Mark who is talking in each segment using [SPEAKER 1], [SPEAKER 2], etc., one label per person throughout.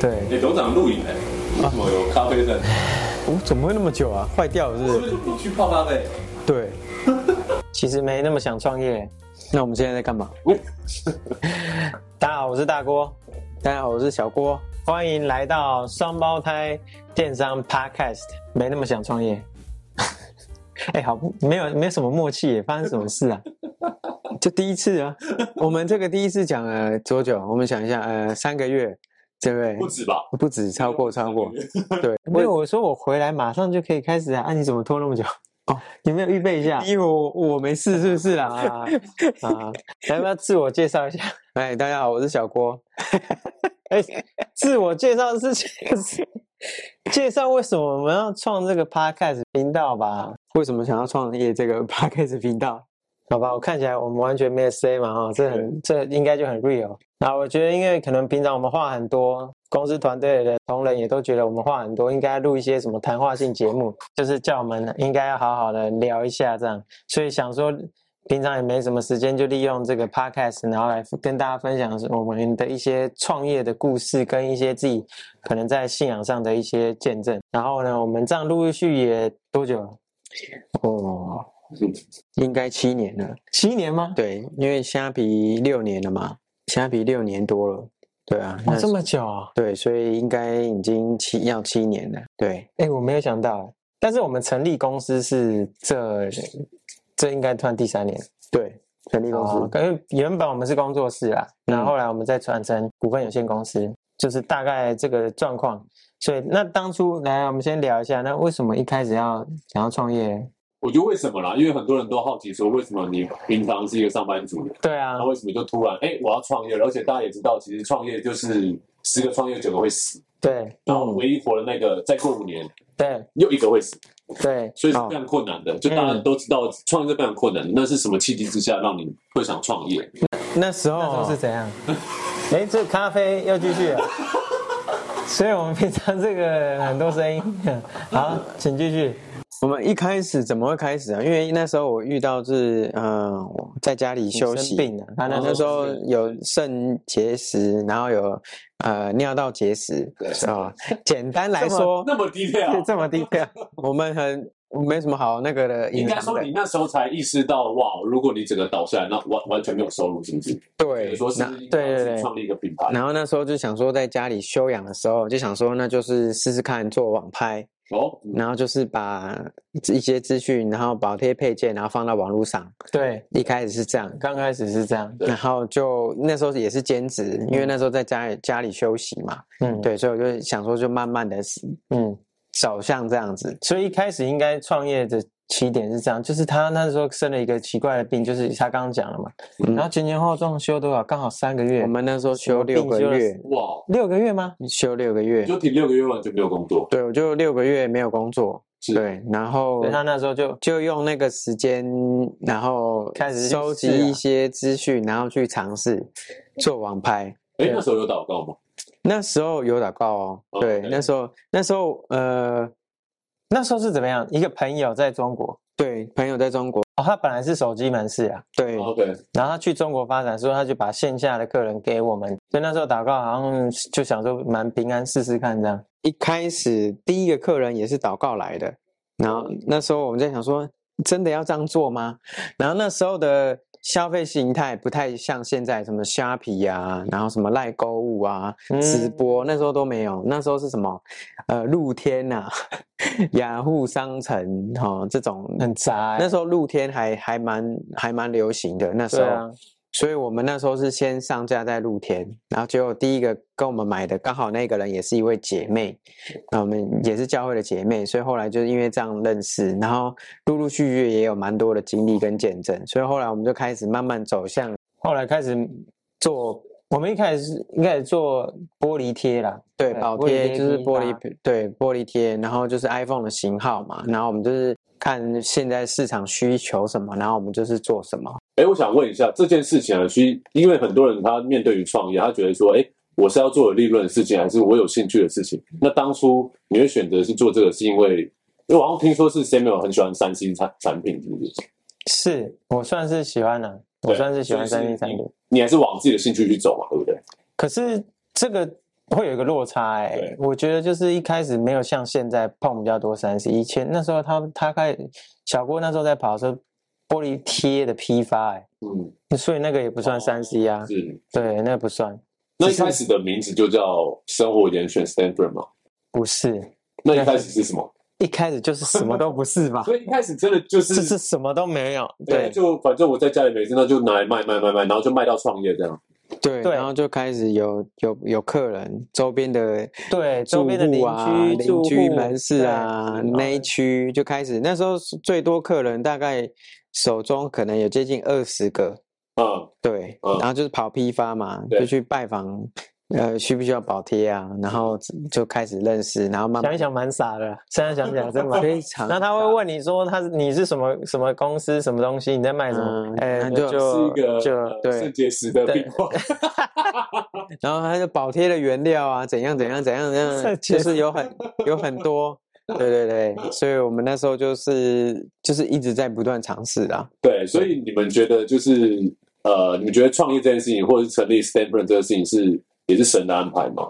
[SPEAKER 1] 对
[SPEAKER 2] 哎，董事长录影哎，
[SPEAKER 1] 啊
[SPEAKER 2] 为什么有咖啡在？
[SPEAKER 1] 我哦怎么会那么久啊？坏掉了是不
[SPEAKER 2] 是
[SPEAKER 1] 是
[SPEAKER 2] 不？是你去泡咖啡？
[SPEAKER 1] 对， 其实没那么想创业。那我们现在在干嘛？ 大家好，我是大郭。大家好，我是小郭。欢迎来到双胞胎电商 Podcast。没那么想创业。 哎、好，没有没有什么默契耶，发生什么事啊？就第一次啊，我们这个第一次讲了多久？我们想一下，呃，三个月，对不对？
[SPEAKER 2] 不止吧？
[SPEAKER 1] 不止，超过，超过。 对，因为我说我回来马上就可以开始啊，啊你怎么拖那么久？哦，你没有预备一下？因为我我没事，是不是啦？ 啊，啊来不要自我介绍一下？哎，大家好，我是小郭。 哎，自我介绍是是介绍为什么我们要创这个 podcast 频道吧？为什么想要创业这个 podcast 频道？好吧，我看起来我们完全没有 say 嘛哈，这很这应该就很 real。那我觉得，因为可能平常我们话很多，公司团队的同仁也都觉得我们话很多，应该录一些什么谈话性节目，就是叫我们应该要好好的聊一下这样。所以想说，平常也没什么时间，就利用这个 podcast，然后来跟大家分享我们的一些创业的故事，跟一些自己可能在信仰上的一些见证。然后呢，我们这样陆陆续续也多久了？哦，
[SPEAKER 3] 应该七年了。
[SPEAKER 1] 七年吗？
[SPEAKER 3] 对，因为虾皮六年了嘛，虾皮六年多了。对啊，
[SPEAKER 1] 哦
[SPEAKER 3] 那，
[SPEAKER 1] 这么久啊！
[SPEAKER 3] 对，所以应该已经七要七年了。对，
[SPEAKER 1] 哎，我没有想到，但是我们成立公司是这这应该算第三年
[SPEAKER 3] 对，成立公司。嗯
[SPEAKER 1] 哦因为原本我们是工作室啊，然后后来我们再转成股份有限公司，就是大概这个状况。所以那当初来，我们先聊一下，那为什么一开始要想要创业？
[SPEAKER 2] 我觉得为什么啦？因为很多人都好奇说，为什么你平常是一个上班族，
[SPEAKER 1] 对啊
[SPEAKER 2] 那，为什么就突然哎我要创业了？而且大家也知道，其实创业就是十个创业九个会
[SPEAKER 1] 嗯
[SPEAKER 2] 死，
[SPEAKER 1] 对
[SPEAKER 2] 然后唯一活的那个再过五年
[SPEAKER 1] 对
[SPEAKER 2] 又一个会死，
[SPEAKER 1] 对，哦
[SPEAKER 2] 所以是非常困难的。就大家都知道，创业是非常困难的。那是什么契机之下让你会想创业？
[SPEAKER 3] 那时候
[SPEAKER 1] 那时候是怎样？哎，这咖啡又继续啊 了。所以我们平常这个很多声音，好，请继续。
[SPEAKER 3] 我们一开始怎么会开始啊？因为那时候我遇到是，嗯、我在家里休息，
[SPEAKER 1] 生病了，他
[SPEAKER 3] 然后那时候有肾结石，然后有呃尿道结石啊、简单来说，
[SPEAKER 2] 那么低调
[SPEAKER 1] 就，这么低调。
[SPEAKER 3] 我们很没什么好那个的
[SPEAKER 2] 应
[SPEAKER 3] 隐
[SPEAKER 2] 该
[SPEAKER 3] 藏
[SPEAKER 2] 说
[SPEAKER 3] 的
[SPEAKER 2] 你。那时候才意识到，哇，如果你整个倒下来，那完完全没有收入，是不是？比
[SPEAKER 3] 对
[SPEAKER 2] 如，说是
[SPEAKER 3] 那
[SPEAKER 2] 应该
[SPEAKER 1] 对对对
[SPEAKER 2] 去创立一个品牌，
[SPEAKER 3] 然后那时候就想说，在家里休养的时候，就想说那就是试试看做网拍，
[SPEAKER 2] 哦，嗯
[SPEAKER 3] 然后就是把一些资讯，然后保贴配件，然后放到网络上。
[SPEAKER 1] 对，
[SPEAKER 3] 一开始是这样，
[SPEAKER 1] 刚开始是这样。
[SPEAKER 2] 对
[SPEAKER 3] 然后就那时候也是兼职，因为那时候在家里家里休息嘛，
[SPEAKER 1] 嗯，对，
[SPEAKER 3] 对，所以我就想说，就慢慢的
[SPEAKER 1] 嗯，
[SPEAKER 3] 走向这样子。
[SPEAKER 1] 所以一开始应该创业的起点是这样，就是他那时候生了一个奇怪的病，就是他刚刚讲了嘛，
[SPEAKER 3] 嗯
[SPEAKER 1] 然后前前后后总共休多少？刚好三个月，
[SPEAKER 3] 我们那时候休六个
[SPEAKER 1] 什么病
[SPEAKER 3] 月，
[SPEAKER 2] 哇，
[SPEAKER 1] 六个月吗？
[SPEAKER 3] 休六个月
[SPEAKER 2] 你，就停六个月完全没有工作，
[SPEAKER 3] 对，我就六个月没有工作，
[SPEAKER 2] 是
[SPEAKER 3] 对，然后
[SPEAKER 1] 所以他那时候就
[SPEAKER 3] 就用那个时间，然后
[SPEAKER 1] 开始去
[SPEAKER 3] 收集
[SPEAKER 1] 试啊
[SPEAKER 3] 一些资讯，然后去尝试做网拍。
[SPEAKER 2] 哎，那时候有祷告吗？
[SPEAKER 3] 那时候有祷告哦，
[SPEAKER 2] 哦
[SPEAKER 3] 对，
[SPEAKER 2] OK
[SPEAKER 3] 那时候那时候呃，
[SPEAKER 1] 那时候是怎么样？一个朋友在中国，
[SPEAKER 3] 对，朋友在中国，
[SPEAKER 1] 哦，他本来是手机门市啊，
[SPEAKER 3] 对，
[SPEAKER 2] 哦 OK，
[SPEAKER 1] 然后他去中国发展之后，他就把线下的客人给我们，所以那时候祷告好像就想说蛮平安，试试看这样。
[SPEAKER 3] 一开始第一个客人也是祷告来的，然后那时候我们在想说，真的要这样做吗？然后那时候的消费形态不太像现在什么虾皮啊，然后什么赖购物啊、
[SPEAKER 1] 嗯
[SPEAKER 3] 直播，那时候都没有。那时候是什么？呃，露天呐、 雅虎商城哦这种。
[SPEAKER 1] 很杂、
[SPEAKER 3] 那
[SPEAKER 1] 欸，
[SPEAKER 3] 时候露天还还蛮还蛮流行的，那时
[SPEAKER 1] 对
[SPEAKER 3] 候。
[SPEAKER 1] 啊，
[SPEAKER 3] 所以我们那时候是先上架在露天，然后结果第一个跟我们买的刚好那个人也是一位姐妹，那我们也是教会的姐妹，所以后来就是因为这样认识，然后陆陆续续也有蛮多的经历跟见证，所以后来我们就开始慢慢走向
[SPEAKER 1] 后来开始做，我们一开始是一开始做玻璃贴啦，
[SPEAKER 3] 对
[SPEAKER 1] 对
[SPEAKER 3] 保
[SPEAKER 1] 玻璃
[SPEAKER 3] 贴
[SPEAKER 1] 贴
[SPEAKER 3] 就是
[SPEAKER 1] 批
[SPEAKER 3] 玻
[SPEAKER 1] 发
[SPEAKER 3] 璃对玻璃贴，然后就是 iPhone 的型号嘛，然后我们就是看现在市场需求什么，然后我们就是做什么。
[SPEAKER 2] 哎，我想问一下这件事情啊，其实因为很多人他面对于创业，他觉得说，哎，我是要做有利润的事情，还是我有兴趣的事情？那当初你会选择是做这个，是因为因为我好像听说是 Samuel 很喜欢三星产产品，是不是？
[SPEAKER 1] 是我算是喜欢啦，
[SPEAKER 2] 对
[SPEAKER 1] 我算是喜欢三 D 产
[SPEAKER 2] 所以
[SPEAKER 1] 品
[SPEAKER 2] 是，你还是往自己的兴趣去走嘛，对不对？
[SPEAKER 1] 可是这个会有一个落差哎、
[SPEAKER 2] 对
[SPEAKER 1] 我觉得就是一开始没有像现在碰比较多三 C，以前那时候他他开小郭那时候在跑的时候，玻璃贴的批发哎、
[SPEAKER 2] 嗯，
[SPEAKER 1] 所以那个也不
[SPEAKER 3] 哦
[SPEAKER 1] 算三 C 啊，
[SPEAKER 2] 是。
[SPEAKER 1] 对，那个不算，
[SPEAKER 2] 那一开始的名字就叫生活严选 Stanford 嘛？
[SPEAKER 1] 不是，
[SPEAKER 2] 那一开始是什么？，
[SPEAKER 1] 一开始就是什么都不是吧
[SPEAKER 2] 所以一开始真的就是
[SPEAKER 1] 就是什么都没有，
[SPEAKER 2] 对，
[SPEAKER 1] 对
[SPEAKER 2] 就反正我在家里每次那就拿来卖卖卖卖，然后就卖到创业这样。
[SPEAKER 3] 对，
[SPEAKER 1] 对
[SPEAKER 3] 然后就开始有有有客人，周边的
[SPEAKER 1] 对，周
[SPEAKER 3] 住
[SPEAKER 1] 边的
[SPEAKER 3] 户啊、
[SPEAKER 1] 邻居、
[SPEAKER 3] 邻
[SPEAKER 1] 住
[SPEAKER 3] 居
[SPEAKER 1] 户哦
[SPEAKER 3] 门市，啊
[SPEAKER 2] 对
[SPEAKER 3] 那一区就开始，那时候是最多客人大概手中可能有接近二十个，
[SPEAKER 2] 嗯，
[SPEAKER 3] 对，
[SPEAKER 2] 嗯
[SPEAKER 3] 然后就是跑批发嘛，
[SPEAKER 2] 对
[SPEAKER 3] 就去拜访，呃，需不需要补贴啊？然后就开始认识，然后慢
[SPEAKER 1] 对
[SPEAKER 3] 慢
[SPEAKER 1] 想一想蛮傻的，现在想起来真蛮
[SPEAKER 3] 非常
[SPEAKER 1] 那他会问你说他是你是什么什么公司什么东西，你在卖什么
[SPEAKER 3] 嗯？
[SPEAKER 1] 哎、
[SPEAKER 3] 那
[SPEAKER 1] 就是
[SPEAKER 2] 是一
[SPEAKER 1] 就
[SPEAKER 2] 个
[SPEAKER 1] 就
[SPEAKER 2] 呃
[SPEAKER 3] 对
[SPEAKER 2] 肾结石的病患，
[SPEAKER 3] 然后他就保贴的原料啊，怎样怎样怎样 怎
[SPEAKER 1] 这
[SPEAKER 3] 样，就是有很有很多，对对对， 所以我们那时候就是就是一直在不断尝试啦。
[SPEAKER 2] 对，所以你们觉得就是呃，你们觉得创业这件事情，或者是成立 Stanford 这个事情是也是神的安排吗？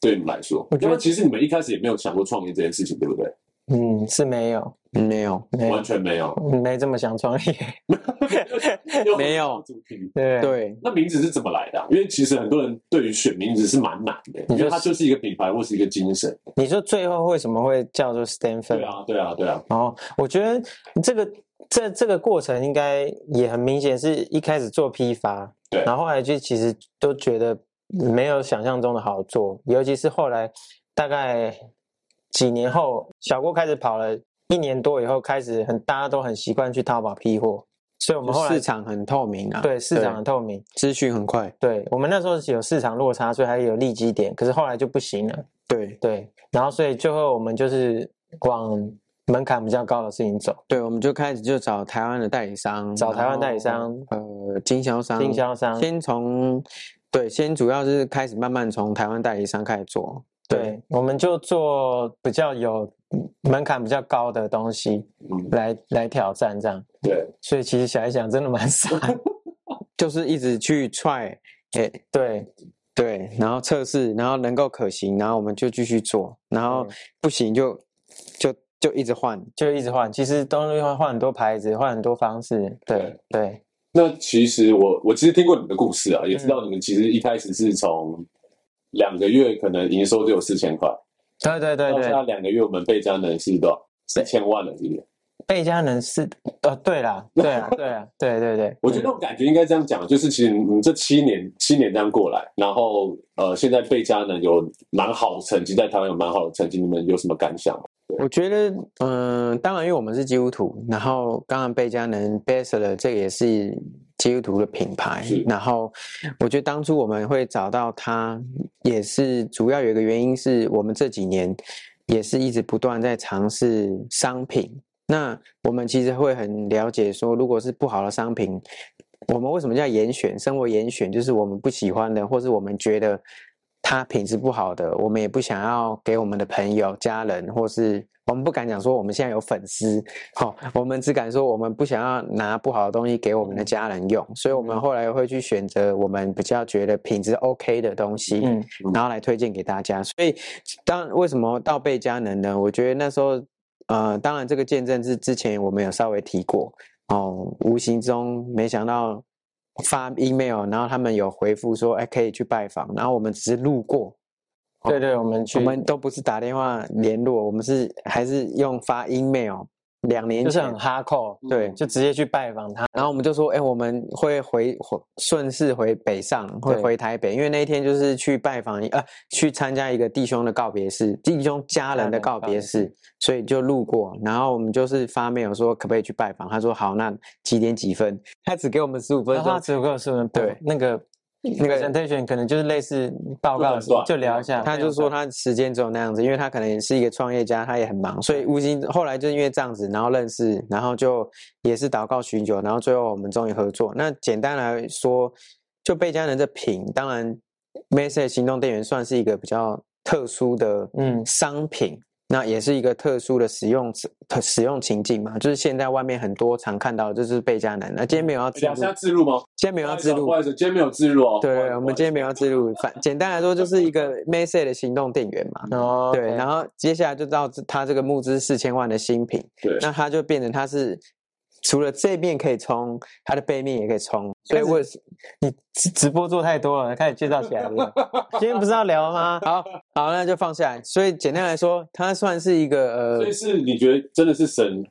[SPEAKER 2] 对你们来说，因为其实你们一开始也没有想过创业这件事情，对不对？
[SPEAKER 1] 嗯是没有
[SPEAKER 3] 嗯没有，
[SPEAKER 1] 没
[SPEAKER 2] 完
[SPEAKER 1] 有
[SPEAKER 2] 全没 有，
[SPEAKER 1] 没这么想创业，
[SPEAKER 3] 没有
[SPEAKER 2] 主题。
[SPEAKER 1] 对
[SPEAKER 3] 对
[SPEAKER 2] 那名字是怎么来的啊、因为其实很多人对于选名字是蛮难的，
[SPEAKER 1] 就
[SPEAKER 2] 因为它就是一个品牌或是一个精神。
[SPEAKER 1] 你说最后为什么会叫做 Stanford？
[SPEAKER 2] 对啊，对啊，对啊，
[SPEAKER 1] 然后我觉得这个这这个过程应该也很明显，是一开始做批发，
[SPEAKER 2] 对
[SPEAKER 1] 然后后来就其实都觉得没有想象中的好做，尤其是后来大概几年后，小郭开始跑了一年多以后，开始很大家都很习惯去淘宝批货，所以我们后
[SPEAKER 3] 就
[SPEAKER 1] 来
[SPEAKER 3] 市场很透明啊，
[SPEAKER 1] 对市场
[SPEAKER 3] 对
[SPEAKER 1] 很透明，
[SPEAKER 3] 资讯很快，
[SPEAKER 1] 对我们那时候是有市场落差，所以还有利基点，可是后来就不行了。
[SPEAKER 3] 对
[SPEAKER 1] 对，然后所以最后我们就是往门槛比较高的事情走，
[SPEAKER 3] 对，我们就开始就找台湾的代理商，
[SPEAKER 1] 找台湾代理
[SPEAKER 3] 然
[SPEAKER 1] 商
[SPEAKER 3] 后，呃，经销商，
[SPEAKER 1] 经销商，
[SPEAKER 3] 先从对，先主要是开始慢慢从台湾代理商开始做，
[SPEAKER 1] 对，我们就做比较有门槛比较高的东西
[SPEAKER 2] 嗯，
[SPEAKER 1] 来来挑战这样。
[SPEAKER 2] 对，
[SPEAKER 1] 所以其实想一想，真的蛮傻的。
[SPEAKER 3] 就是一直去 try，哎，
[SPEAKER 1] 对
[SPEAKER 3] 对，然后测试，然后能够可行，然后我们就继续做，然后不行就就就一直换，
[SPEAKER 1] 就一直换，其实东西换换很多牌子，换很多方式。对对
[SPEAKER 2] 那其实我我其实听过你们的故事啊，也知
[SPEAKER 1] 嗯
[SPEAKER 2] 道你们其实一开始是从两个月可能营收只有四千块，
[SPEAKER 1] 对对对
[SPEAKER 2] 到现在
[SPEAKER 1] 对，
[SPEAKER 2] 两个月我们倍加能是多少？四千万了，是不是？
[SPEAKER 1] 贝佳能是呃，对啦，对啊，对啊，对对对，
[SPEAKER 2] 我觉得那种感觉应该这样讲，就是其实你们这七年七年这样过来，然后呃，现在倍加能有蛮好的成绩，在台湾有蛮好的成绩，你们有什么感想吗？
[SPEAKER 3] 我觉得，嗯、当然，因为我们是基督徒，然后刚刚贝加能 b a s l e r 这个也是基督徒的品牌
[SPEAKER 2] 是，
[SPEAKER 3] 然后我觉得当初我们会找到它，也是主要有一个原因是我们这几年也是一直不断在尝试商品。那我们其实会很了解说，如果是不好的商品，我们为什么叫严选？生活严选就是我们不喜欢的，或是我们觉得它品质不好的，我们也不想要给我们的朋友、家人，或是我们不敢讲说我们现在有粉丝，好、我们只敢说我们不想要拿不好的东西给我们的家人用，所以我们后来会去选择我们比较觉得品质 OK 的东西，
[SPEAKER 1] 嗯，
[SPEAKER 3] 然后来推荐给大家。所以，当为什么到贝佳能呢？我觉得那时候，呃，当然这个见证是之前我们有稍微提过哦，无形中没想到发 email，然后他们有回复说，哎，可以去拜访，然后我们只是路过，
[SPEAKER 1] 对对，我们去，
[SPEAKER 3] 我们都不是打电话联络，我们是还是用发 email。两年
[SPEAKER 1] 就是
[SPEAKER 3] 前
[SPEAKER 1] 很哈扣，
[SPEAKER 3] 对
[SPEAKER 1] 就直接去拜访他。
[SPEAKER 3] 然后我们就说，哎、我们会回回顺势回北上，会
[SPEAKER 1] 对
[SPEAKER 3] 回台北，因为那一天就是去拜访一，呃，去参加一个弟兄的告别式，弟兄家人的告别式，所以就路过，然后我们就是发 mail 说可不可以去拜访，他说好，那几点几分？哦他只给我们十五分
[SPEAKER 1] 然后
[SPEAKER 3] 钟
[SPEAKER 1] 他，只有跟我说，
[SPEAKER 3] 对
[SPEAKER 1] 那个
[SPEAKER 3] 那个
[SPEAKER 1] presentation 可能就是类似报告的时候
[SPEAKER 2] 就
[SPEAKER 1] 就
[SPEAKER 2] 很短
[SPEAKER 1] 聊一下，
[SPEAKER 3] 他就说他时间只有那样子，因为他可能也是一个创业家，他也很忙，所以无形后来就因为这样子，然后认识，然后就也是祷告许久，然后最后我们终于合作。那简单来说，就贝佳能这品，当然 Message 行动电源算是一个比较特殊的
[SPEAKER 1] 嗯
[SPEAKER 3] 商品，那也是一个特殊的使用使用情境嘛，就是现在外面很多常看到就是贝加男，那今天没有要自
[SPEAKER 2] 现在自录吗？
[SPEAKER 3] 今天没有要自录，
[SPEAKER 2] 不好意思，今天没有自录哦。
[SPEAKER 3] 对，我们今天没有要自录，反简单来说就是一个 Macy 的行动电源嘛。哦，对，然后接下来就到他这个募资四千万的新品，
[SPEAKER 2] 对，
[SPEAKER 3] 那它就变成它是。除了这面可以冲，它的背面也可以冲，所以我
[SPEAKER 1] 你直播做太多了，开始介绍起来了。今天不是要聊吗？
[SPEAKER 3] 好好，那就放下来。所以简单来说，它算是一个呃，
[SPEAKER 2] 所以是你觉得真的是神？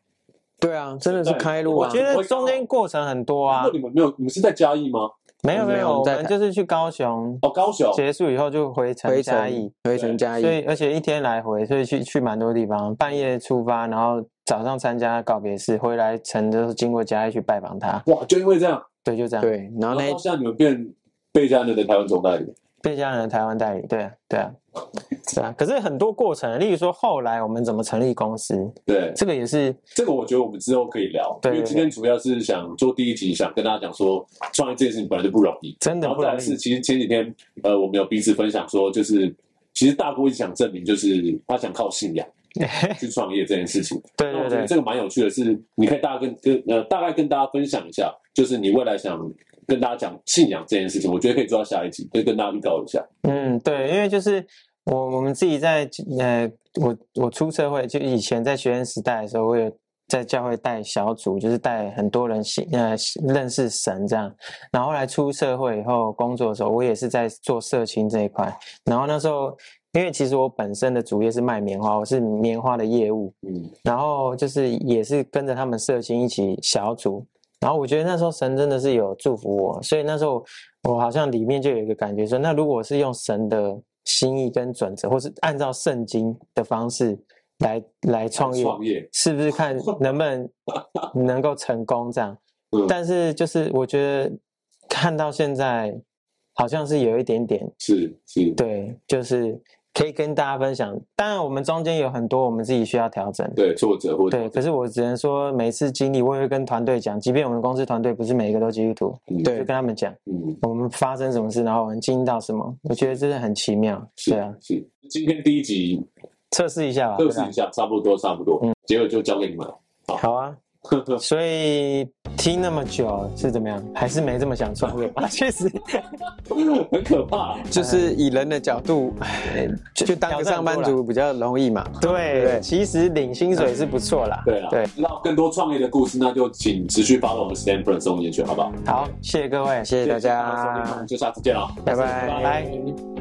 [SPEAKER 3] 对啊，真的是开路
[SPEAKER 1] 啊！我觉得中间过程很多啊。
[SPEAKER 2] 你们没有，你们是在嘉义吗？
[SPEAKER 1] 没有没有，我们就是去高雄
[SPEAKER 2] 哦，高雄
[SPEAKER 1] 结束以后就回
[SPEAKER 3] 回
[SPEAKER 1] 嘉义，
[SPEAKER 3] 回程嘉义，
[SPEAKER 1] 所以而且一天来回，所以去去蛮多地方，半夜出发，然后。早上参加告别式，回来城就是经过嘉义去拜访他。
[SPEAKER 2] 哇，就因为这样，
[SPEAKER 1] 对，就这样。
[SPEAKER 3] 对，然后那
[SPEAKER 2] 现在你们变贝加人的台湾总代理，
[SPEAKER 1] 贝加人的台湾代理，对啊，对啊，是啊。可是很多过程，例如说后来我们怎么成立公司，
[SPEAKER 2] 对，
[SPEAKER 1] 这个也是，
[SPEAKER 2] 这个我觉得我们之后可以聊，
[SPEAKER 1] 对
[SPEAKER 2] 因为今天主要是想做第一集，想跟大家讲说，创业这件事情本来就不容易，
[SPEAKER 1] 真的不容易。
[SPEAKER 2] 是其实前几天，呃，我们有彼此分享说，就是其实大郭一直想证明，就是他想靠信 仰。去创业这件事情，
[SPEAKER 1] 对对对，
[SPEAKER 2] 这个蛮有趣的是，你可以大家跟跟呃大概跟大家分享一下，就是你未来想跟大家讲信仰这件事情，我觉得可以做到下一集，可以跟大家预告一下。
[SPEAKER 1] 嗯，对，因为就是我我们自己在呃，我我出社会就以前在学生时代的时候，我有在教会带小组，就是带很多人信呃认识神这样，然后来出社会以后工作的时候，我也是在做社青这一块，然后那时候。因为其实我本身的主业是卖棉花，我是棉花的业务，
[SPEAKER 2] 嗯，
[SPEAKER 1] 然后就是也是跟着他们社青一起小组，然后我觉得那时候神真的是有祝福我，所以那时候我好像里面就有一个感觉说，那如果是用神的心意跟准则，或是按照圣经的方式来来创业，
[SPEAKER 2] 创业
[SPEAKER 1] 是不是看能不能能够成功这样？
[SPEAKER 2] 嗯、
[SPEAKER 1] 但是就是我觉得看到现在好像是有一点点
[SPEAKER 2] 是是，是
[SPEAKER 1] 对，就是。可以跟大家分享，当然我们中间有很多我们自己需要调整，
[SPEAKER 2] 对作者或
[SPEAKER 1] 对，可是我只能说，每次经历我也会跟团队讲，即便我们公司团队不是每一个都基督徒，
[SPEAKER 2] 嗯、
[SPEAKER 1] 就跟他们讲，
[SPEAKER 2] 嗯，
[SPEAKER 1] 我们发生什么事，然后我们经历到什么，我觉得真的很奇妙，
[SPEAKER 2] 是
[SPEAKER 1] 啊，
[SPEAKER 2] 是。今天第一集
[SPEAKER 1] 测试一下吧，
[SPEAKER 2] 测试一下，差不多差不多，
[SPEAKER 1] 嗯，
[SPEAKER 2] 结果就交给你们了。
[SPEAKER 1] 好啊，所以听那么久是怎么样？还是没这么想 创业吧？ 确实
[SPEAKER 2] 很可怕，
[SPEAKER 3] 就是以人的角度，
[SPEAKER 1] 哎
[SPEAKER 3] 就就当个上班族比较容易嘛。
[SPEAKER 1] 对，
[SPEAKER 3] 对
[SPEAKER 1] 其实领薪水是不错啦。
[SPEAKER 2] 对啊，
[SPEAKER 1] 对，
[SPEAKER 2] 知道更多创业的故事，那就请持续 follow 我们 Stanford 松研学，好不好？
[SPEAKER 1] 好，谢谢各位，
[SPEAKER 3] 谢谢大
[SPEAKER 2] 谢谢收听
[SPEAKER 3] 家
[SPEAKER 2] 我们，就下次见了，
[SPEAKER 3] 拜拜
[SPEAKER 1] 拜拜。